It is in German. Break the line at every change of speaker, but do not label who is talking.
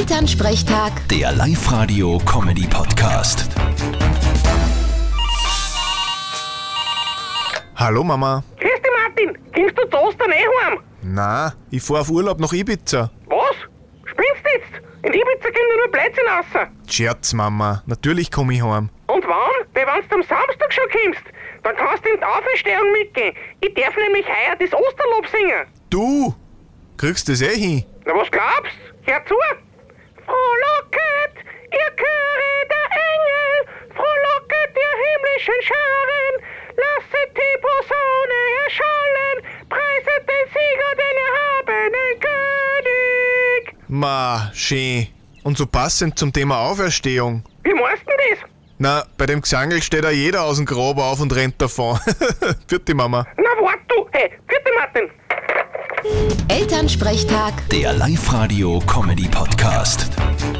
Elternsprechtag,
Der Live-Radio-Comedy-Podcast.
Hallo Mama.
Grüß dich, Martin. Kommst du das dann eh heim?
Na, ich fahr auf Urlaub nach Ibiza.
Was? Spinnst du jetzt? In Ibiza kommt ja nur Blödsinn raus.
Scherz, Mama. Natürlich komm ich heim.
Und wann? Weil wenn du am Samstag schon kommst, dann kannst du in die Auferstehung mitgehen. Ich darf nämlich heuer das Osterlob singen.
Du! Kriegst das eh hin?
Na, was glaubst? Hör zu! Frohlocket, ihr Chöre der Engel! Frohlocket, ihr himmlischen Scharen! Lasset die Posaune erschallen! Preiset den Sieger, den erhabenen König!
Ma, schön. Und so passend zum Thema Auferstehung.
Wie meinst du denn das?
Na, bei dem Gesangel steht ja jeder aus dem Grab auf und rennt davon. Für die Mama.
Na wart du, hey, bitte Martin.
Elternsprechtag.
Der Live-Radio-Comedy-Podcast.